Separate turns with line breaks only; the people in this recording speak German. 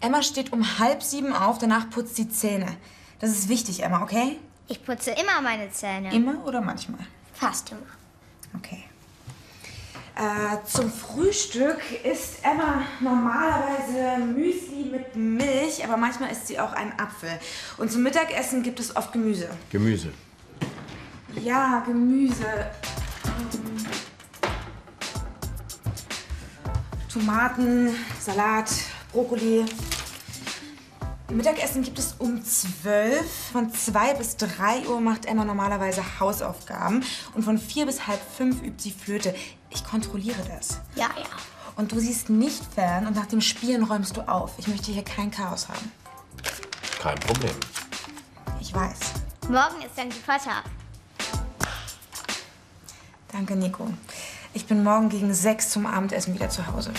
Emma steht um halb sieben auf, danach putzt sie Zähne. Das ist wichtig, Emma, okay?
Ich putze immer meine Zähne.
Immer oder manchmal?
Fast immer.
Okay. Äh, zum Frühstück isst Emma normalerweise Müsli mit Milch, aber manchmal isst sie auch einen Apfel. Und zum Mittagessen gibt es oft Gemüse.
Gemüse.
Ja, Gemüse. Ähm, Tomaten, Salat, Brokkoli. Mittagessen gibt es um 12. Von 2 bis 3 Uhr macht Emma normalerweise Hausaufgaben. Und von 4 bis halb 5 übt sie Flöte. Ich kontrolliere das.
Ja, ja.
Und du siehst nicht fern und nach dem Spielen räumst du auf. Ich möchte hier kein Chaos haben.
Kein Problem.
Ich weiß.
Morgen ist St. Vater.
Danke, Nico. Ich bin morgen gegen 6 zum Abendessen wieder zu Hause.